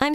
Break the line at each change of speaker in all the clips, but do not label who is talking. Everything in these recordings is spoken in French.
I'm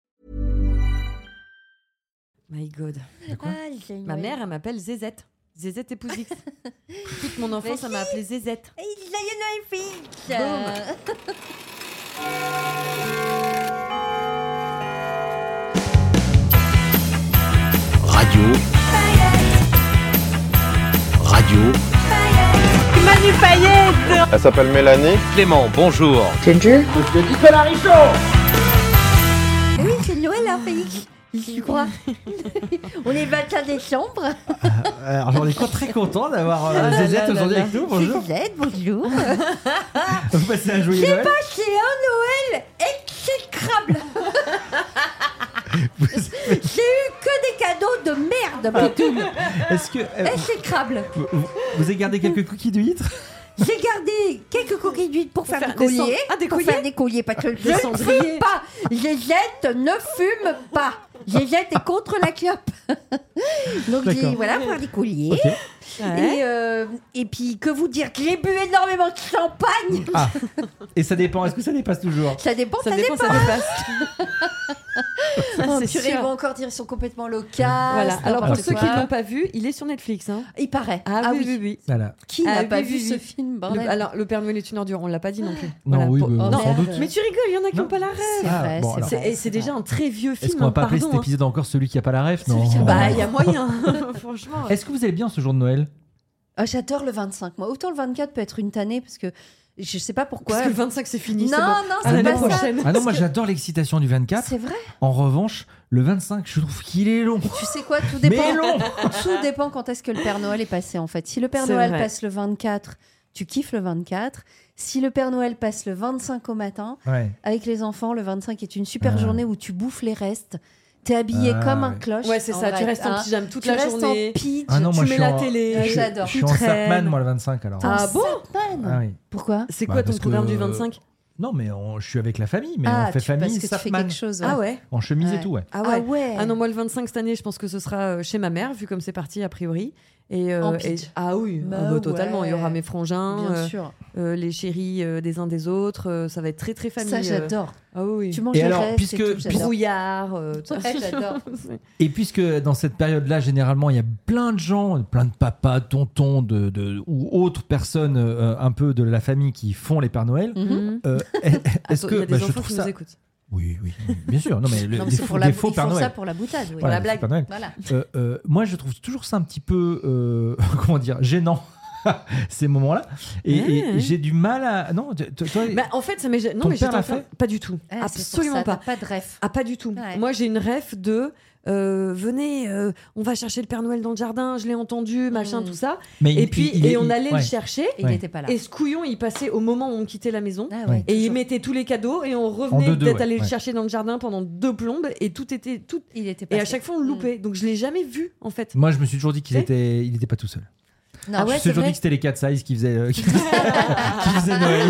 My God.
De quoi ah, génial.
Ma mère, elle m'appelle Zézette. Zézette épouse X. Toute mon
Mais
enfance, elle m'a
si.
appelée Zézette.
Et Joyeux Noël, Fitch
Boum.
Radio. Radio.
Elle s'appelle Mélanie.
Clément, bonjour.
Mais Oui, c'est Noël, hein, Félix Je crois. On est 21 décembre.
Alors, on est co- très content d'avoir euh, Zézette
Ah là
aujourd'hui
là.
avec nous. Bonjour.
Vous êtes, bonjour.
Vous passez un joyeux Noël.
C'est un Noël exécrable. J'ai eu que des cadeaux de merde, mais tout.
Est-ce que euh,
Exécrable.
vous, vous- vous avez gardé quelques cookies de huître
J'ai gardé quelques coquilles d'huile pour, faire,
faire des
des colliers.
cend- Ah, des
pour
colliers
faire des colliers, parce que je
Des
ne
cendriers.
fume pas. Les jettes ne fume pas. Les jettes est contre la clope. Donc j'ai-
D'accord.
voilà, pour faire des colliers.
Ok.
Ouais.
Et, euh, et puis, que vous dire que J'ai bu énormément de champagne.
Ah. Et ça dépend. Est-ce que ça dépasse toujours
Ça dépend, ça,
Ça dépend,
dépend.
ça dépasse.
Oh,
c'est
purée,
sûr.
ils vont encore dire ils sont complètement locales.
Voilà.
c'est
Alors pour
n'importe
ceux qui
quoi.
ne l'ont pas vu, il est sur Netflix. Hein.
Il paraît.
Ah, oui, oui, oui.
Voilà.
Qui
Ah
n'a
oui,
pas
oui,
vu
oui.
ce film,
Le-
bordel
alors le Père Noël est une ordure, on l'a pas dit non plus.
Non, oui,
pour- oh,
mais
non.
sans doute.
Mais tu rigoles, il y en a qui
Non.
n'ont pas la rêve.
C'est
Ah,
vrai,
bon,
c'est
alors.
C'est-
vrai,
et c'est
vrai.
déjà un très vieux film.
Est-ce qu'on va
hein,
pas appeler cet
pardon, hein.
épisode encore celui qui a pas la ref Non.
Bah, il y a moyen, franchement.
Est-ce que vous allez bien ce jour de Noël
Ah, J'adore le 25. Moi, autant le 24 peut être une tannée parce que je sais pas pourquoi.
Parce que le 25 c'est fini.
non,
c'est bon.
non,
À
c'est
l'année
pas
prochaine.
Ah non,
Parce
moi
que-
j'adore l'excitation du
ça.
24.
C'est vrai.
En revanche, le 25, je trouve qu'il est long.
Tu sais quoi Tout
Mais
dépend.
long
Tout dépend quand est-ce que le Père Noël est passé en fait. Si le Père
C'est
Noël
vrai.
passe le 24, tu kiffes le 24. Si le Père Noël passe le 25 au matin,
Ouais.
avec les enfants, le 25 est une super
Ah.
journée où tu bouffes les restes. T'es habillé
Ah,
comme un
ouais.
cloche.
Ouais, c'est
en
ça.
vrai,
tu restes en
hein.
pyjame toute
Tu
la
restes en
journée.
pidge.
Ah non,
tu
moi je
mets
suis
la
en-
télé.
Ah,
je,
j'adore.
je suis en
Tu traînes.
Sapman, moi, le 25 alors.
Ah bon
Batman.
Ah oui.
Pourquoi
C'est
Bah,
quoi ton
parce que-
programme du 25
Non, mais on- je suis avec la famille, mais
Ah,
on fait
tu- parce
famille,
que tu fais
Sapman,
quelque chose.
Ah ouais.
en chemise
Ouais.
et tout, ouais.
Ah
Ah
ouais.
ouais.
Ah non, moi le 25 cette année, je pense que ce sera euh, chez ma mère, vu comme c'est parti a priori. Et, euh,
En
et-
pitch.
ah oui,
Bah
ah bah, totalement. Il y aura
ouais.
mes frangins,
Bien
euh,
sûr.
euh, les chéris euh, des uns des autres. euh, ça va être très très familier.
Ça, j'adore.
Ah oui.
Tu manges
Et
les
alors,
restes.
puisque-
et tout, j'adore.
brouillard. euh, tout ça.
Ouais, j'adore.
Et puisque dans cette période-là, généralement, il y a plein de gens, plein de papas, tontons de, de- ou autres personnes euh, un peu de la famille qui font les Pères Noël,
Mhm.
Mhm.
euh, est- est-ce
Attends, Il y
que
a des
bah, je
enfants
trouve
qui
ça...
nous écoutent.
Oui, oui, oui, bien sûr. Non, mais, le,
Non, mais
des,
c'est
faux,
pour la,
des faux
ils
Père
font
Noël.
ça pour la boutade. Oui.
la
Voilà, des faux
blague.
Père Noël.
Voilà.
Euh, euh, moi, je trouve toujours ça un petit peu, euh, comment dire, gênant ces moments-là. Et, et
Ouais.
j'ai du mal à. Non, t- t- toi,
Bah, en fait, ça m'est. ja- Non,
Ton
mais
père
j'étais en
l'a
train-
fait
Pas du tout.
Ah, c'est pour
Absolument
ça,
pas.
t'as Pas de ref.
Ah, pas du tout.
Ouais.
Moi, j'ai une ref de euh, venez, euh, on va chercher le Père Noël dans le jardin, je l'ai entendu, machin,
Mm.
tout ça.
mais
et
il-
puis,
il- il-
et on allait
ouais.
le chercher.
Ah, Il
Ouais.
n'était pas là.
Et ce couillon, il passait au moment où on quittait la maison.
Ah
Ouais.
ouais,
Et il
toujours.
mettait tous les cadeaux et on revenait
deux-deux,
d'être
ouais,
allé le
ouais.
chercher dans le jardin pendant deux plombes et tout était tout
Il était pas
et à chaque fois on le loupait donc je l'ai jamais vu en fait.
Moi, je me suis toujours dit qu'il
Tu sais Ah
était, il était pas tout seul.
Non,
je me
ouais,
suis
c'est
toujours dit
vrai.
que c'était les 4 sizes qui faisaient, euh, qui faisaient- qui faisaient Noël.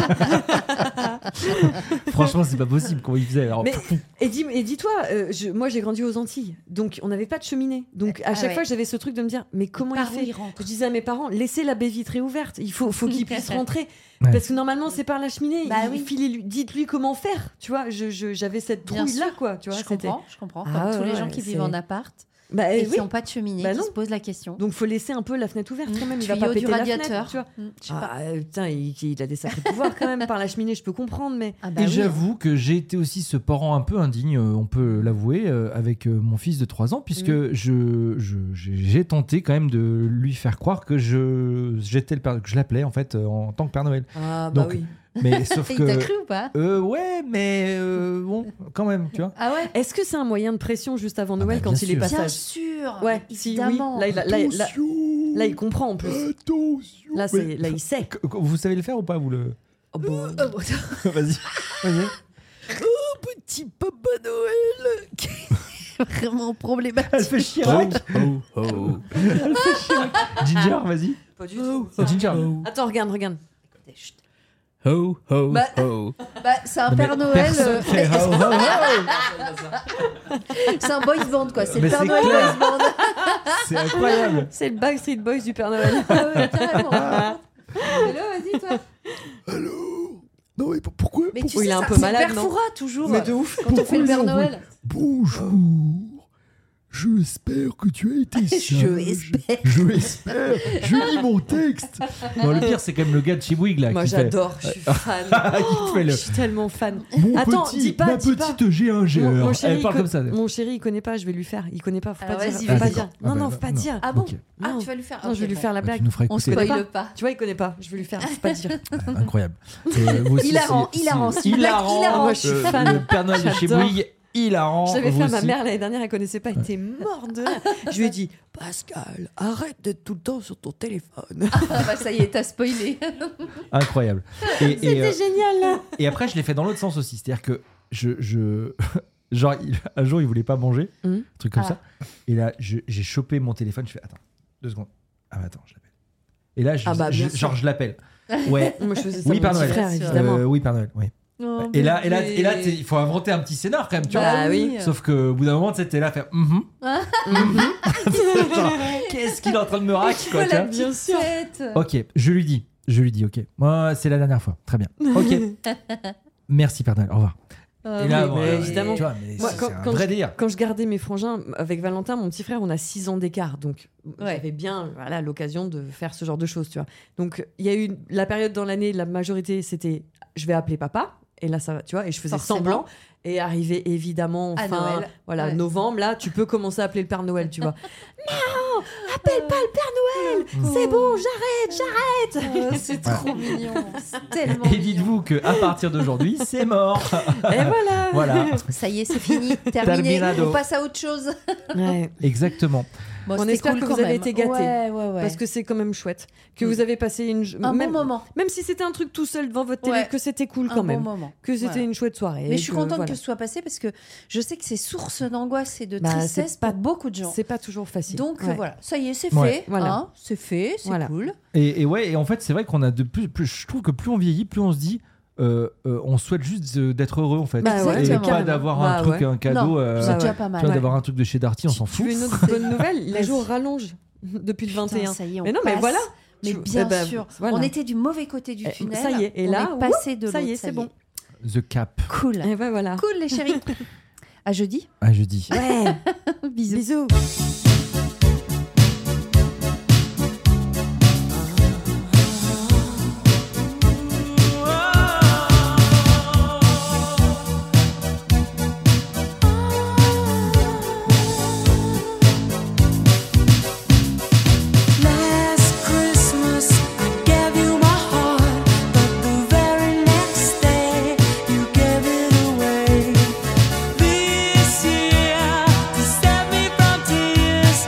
Franchement, c'est pas possible comment ils faisaient. Alors,
Mais- Et dis et dis-toi euh, je- moi j'ai grandi aux Antilles donc on n'avait pas de cheminée donc à
Ah
chaque
ouais.
fois j'avais ce truc de me dire mais comment
Par où
il fait
il rentre
Je disais à mes parents, laissez la baie vitrée ouverte. Il faut, faut qu'il puisse rentrer.
Ouais.
Parce que normalement, c'est par la cheminée.
Bah
Il-
oui.
filez-lui- Dites-lui comment faire. Tu vois, je- je- j'avais cette
Bien
trouille-là, quoi. Tu vois,
Je
c'était-
comprends, je comprends.
Ah
Comme tous les
ouais,
gens qui
c'est-
vivent en appart
Bah,
et
euh, oui.
qui n'ont pas de cheminée,
Bah
qui
non.
se posent la question.
Donc, faut laisser un peu la fenêtre ouverte quand même. Il va pas
Tuyau
péter
Mmh, du
la fenêtre,
radiateur.
tu vois.
Mm, je sais pas.
Ah, euh, putain, il, il a des sacrés pouvoirs quand même par la cheminée. Je peux comprendre, mais
Ah bah
et
oui.
j'avoue que j'ai été aussi ce parent un peu indigne, euh, on peut l'avouer, euh, avec euh, mon fils de 3 ans, puisque
Mm.
je, je- j'ai j'ai tenté quand même de lui faire croire que je, j'étais le père, que je l'appelais en fait euh, en tant que Père Noël.
ah, bah
Donc,
oui.
Mais sauf
Il t'a
que.
cru ou pas
Euh, ouais, mais euh, bon, quand même, tu vois.
Ah ouais
Est-ce que c'est un moyen de pression juste avant Noël
bah,
quand
bien
il est
sûr.
pas
Bien
sage
sûr
Ouais, si oui.
évidemment.
Là, il a- là, il- là- là, il comprend en plus.
Attention
Là, c'est- là, il sait.
Que- que- Vous savez le faire ou pas, vous le.
Oh,
bah. Euh,
bon.
Vas-y. Vas-y. Oh, petit Papa Noël
vraiment
Elle
problématique.
fait Chirac.
Oh, oh, oh.
Elle fait Chirac. Ginger, vas-y.
Pas du tout.
Ginger.
Attends, regarde, regarde.
Chut.
Ho, ho,
Bah-
ho.
Bah, c'est un
Non, mais
Père Noël,
personne
euh,
fait ho, ho, ho.
c'est un boys band quoi. C'est le
Mais
Père
c'est
Noël
clair.
boys band.
C'est incroyable.
C'est le Backstreet Boys du Père Noël.
Ah ouais, carrément. Hello, vas-y toi.
Allô Non, mais pour- pourquoi
Mais
Il est un
ça,
peu
c'est
malade,
le Père
non
Fourat, toujours. euh,
Mais de ouf.
Quand on fait le Père
Pourquoi
Noël.
Bonjour. J'espère que tu as été sage.
Je espère.
Je espère. Je lis mon texte.
Bon, le pire, c'est quand même le gars de Chibouig là.
Moi,
Ah, qui fait- Ah.
j'adore. Je suis fan.
Qui fait
Je
le-
suis tellement fan.
Mon
Attends,
petit,
dis pas,
ma
dis pas.
petite G1 GR.
Mon, mon
elle
chéri, il
parle
co-
comme ça.
mon chéri, il connaît pas, je vais lui faire. Il connaît pas, faut
Alors,
pas
vas-y,
dire. Faut pas
vas-y.
dire.
Ah,
Non,
bah,
non,
bah,
faut pas
non.
dire.
Ah bon
Ok.
Ah,
Non.
tu vas lui faire.
Non,
Ok,
je vais lui
bon.
faire la
Ah,
blague.
tu nous feras
On
écouter.
connaît
spoil pas.
Tu vois, il connaît pas. Je vais lui faire. Faut pas dire.
Incroyable. Euh, vous aussi,
Hilarant,
si- si-
hilarant, c'est une blague
hilarant.
hilarante.
Moi, je suis
Le-
fan.
Le Père Noël de chez
J'adore.
Bouygues, hilarant.
Je l'avais
vous
fait à ma
aussi.
mère l'année dernière, elle connaissait pas, elle était morte de rire. Je lui ai dit Pascal, arrête d'être tout le temps sur ton téléphone.
Ah bah ça y est, t'as spoilé.
Incroyable. Et, et,
C'était
euh,
génial
et après, je l'ai fait dans l'autre sens aussi. C'est-à-dire que je. je... Genre, il- un jour, il voulait pas manger,
Mhm.
un truc comme
Ah.
ça. Et là, je- j'ai chopé mon téléphone. Je fais Attends, deux secondes. Ah, bah, attends, je l'appelle. Et là, je-
Ah bah,
je-
bien sûr.
genre, je l'appelle. Ouais.
Moi je faisais ça
Oui,
à mon
Père
petit
Noël.
frère,
Bien sûr.
évidemment. Oh,
Euh, oui, Père Noël. Oui. Et là, et là, et là t'es- il faut inventer un petit scénar quand même, tu vois.
Ah
Bah oui.
Sauf que au bout d'un moment, tu sais, t'es là à faire. Mhm. Mhm.
Mm-hmm.
Genre, Qu'est-ce qu'il est en train de me raquer quoi, tu vois
bien sûr.
Ok, je lui dis, je lui dis, ok. Moi, c'est la dernière fois. Très bien. Ok. Merci, Père Noël. Au revoir. Et là, bon,
Ah mais
euh,
évidemment.
Tu vois, mais
Moi,
c'est
quand-
c'est un
quand
vrai
je-
délire.
Quand je gardais mes frangins avec Valentin, mon petit frère, on a 6 ans d'écart, donc j'avais bien voilà l'occasion de faire ce genre de choses, tu vois. Donc il y a eu une- la période dans l'année, la majorité c'était je vais appeler papa. Et là, ça va, tu vois, et je faisais
Forcément.
semblant. Et arrivé évidemment
À
fin,
Noël.
voilà,
Ouais.
novembre, là, tu peux commencer à appeler le Père Noël, tu vois. non, appelle pas le Père Noël, c'est bon, j'arrête, j'arrête.
Oh. c'est
Ouais.
trop mignon. C'est tellement.
Et
mignon.
dites-vous que à partir d'aujourd'hui, c'est mort.
Et voilà.
voilà,
Ça y est, c'est fini, terminé.
Terminado.
On passe à autre chose.
Ouais.
exactement.
Bon,
On
c'était
espère que
quand
vous avez
même.
été gâtés.
Ouais, ouais, ouais.
Parce que c'est quand même chouette que
Mm.
vous avez passé une j-
un
même,
bon moment.
même si c'était un truc tout seul devant votre télé,
Ouais.
que c'était cool
Un
quand
bon
même,
moment.
que c'était
Voilà.
une chouette soirée.
Mais je suis
que,
contente
voilà.
que ce soit passé parce que je sais que c'est source d'angoisse et de
Bah,
tristesse
c'est pas-
pour beaucoup de gens.
C'est pas toujours facile.
Donc euh,
Ouais.
voilà, ça y est, c'est
Ouais.
fait.
Voilà.
hein, c'est fait, c'est
Voilà.
cool.
Et, et ouais, et en fait, c'est vrai qu'on a de plus, plus. Je trouve que plus on vieillit, plus on se dit. euh, euh, on souhaite juste euh, d'être heureux en fait
Bah ouais,
et pas
carrément.
d'avoir un
Bah
truc
ouais.
un cadeau
non,
euh,
c'est
ouais.
déjà pas
tu
mal.
vois,
ouais.
d'avoir un truc de chez Darty on
Tu-
s'en
tu
fout
veux une autre bonne nouvelle Les
Vas-y.
jours rallongent depuis le 21.
Putain, ça y est, on
mais non, mais
passe.
voilà.
Mais
Tu-
bien
eh ben,
sûr,
voilà.
on était du mauvais côté du
Eh,
tunnel.
ça y est, et
on
là,
est passé de l'autre.
ça y est, c'est bon.
The Cap
Cool.
Et ben voilà.
Cool les chéris. à jeudi.
à jeudi
Ouais. Bisous.
Bisous.
Last Christmas I gave you my heart, but the very next day you gave it away. This year to save me from tears.